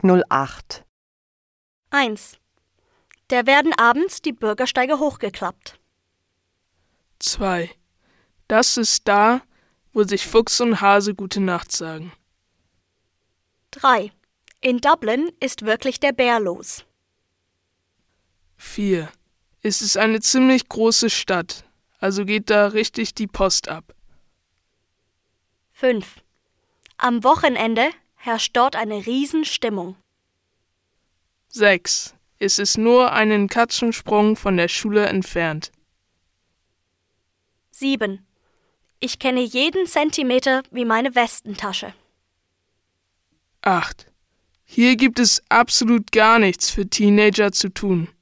1.08 1. Der werden abends die Bürgersteige hochgeklappt. 2. Das ist da, wo sich Fuchs und Hase gute Nacht sagen. 3. In Dublin ist wirklich der Bär los. 4. Es ist eine ziemlich große Stadt, also geht da richtig die Post ab. 5. Am Wochenende herrscht dort eine Riesenstimmung. 6. Es ist nur einen Katzensprung von der Schule entfernt. 7. Ich kenne jeden Zentimeter wie meine Westentasche. 8. Hier gibt es absolut gar nichts für Teenager zu tun.